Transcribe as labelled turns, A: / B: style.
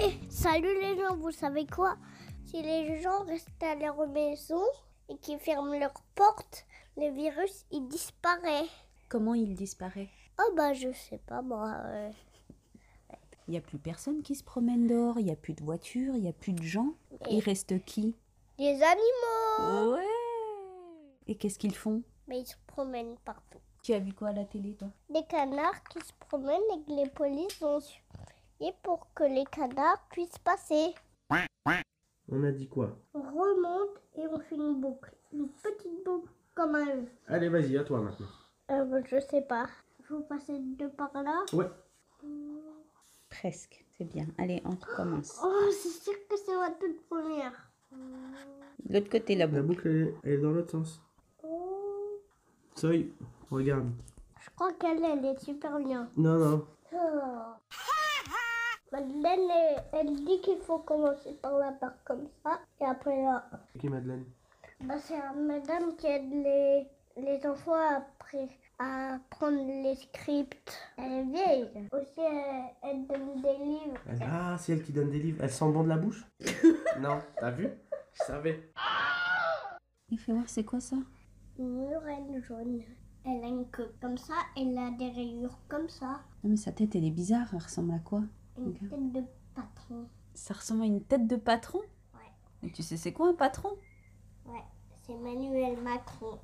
A: Eh, salut les gens, vous savez quoi Si les gens restent à leur maison et qu'ils ferment leurs portes, le virus, il disparaît.
B: Comment il disparaît
A: Oh bah je sais pas moi. euh,
B: Il n'y a plus personne qui se promène dehors, il n'y a plus de voitures, il n'y a plus de gens. Il reste qui
A: Les animaux
B: Ouais Et qu'est-ce qu'ils font
A: Mais ils se promènent partout.
B: Tu as vu quoi à la télé, toi
A: Des canards qui se promènent et que les polices ont et pour que les canards puissent passer.
C: On a dit quoi
A: On remonte et on fait une boucle. Une petite boucle comme un jeu.
C: Allez, vas-y, à toi maintenant.
A: Euh, bah, je sais pas. Vous passez de par là
C: Ouais.
B: Presque, c'est bien. Allez, on recommence.
A: Oh, c'est sûr que c'est ma toute première.
B: L'autre côté, la
C: La
B: boucle.
C: boucle, elle est, elle est dans l'autre sens.
A: Oh,
C: Soy, regarde.
A: Je crois qu'elle, elle est super bien.
C: Non, non.
A: Oh. Madeleine, elle, elle dit qu'il faut commencer par la barre comme ça et après là.
C: Ok, Madeleine.
A: Bah, c'est la madame qui aide les, les enfants à, pré- à prendre les scripts. Elle est vieille. Aussi, elle, elle donne des livres.
C: Elle- Ah, c'est elle qui donne des livres. Elle sent bon de la bouche Non, t'as vu Je savais.
B: Et fais voir, c'est quoi ça
A: Une murène jaune. Elle a une queue comme ça, elle a des rayures comme ça.
B: Non, Ah, mais sa tête, elle est bizarre. Elle ressemble à quoi
A: Une
B: Ok.
A: tête de patron.
B: Ça ressemble à une tête de patron
A: Ouais.
B: Mais tu sais, c'est quoi un patron
A: Ouais, c'est Manuel Macron.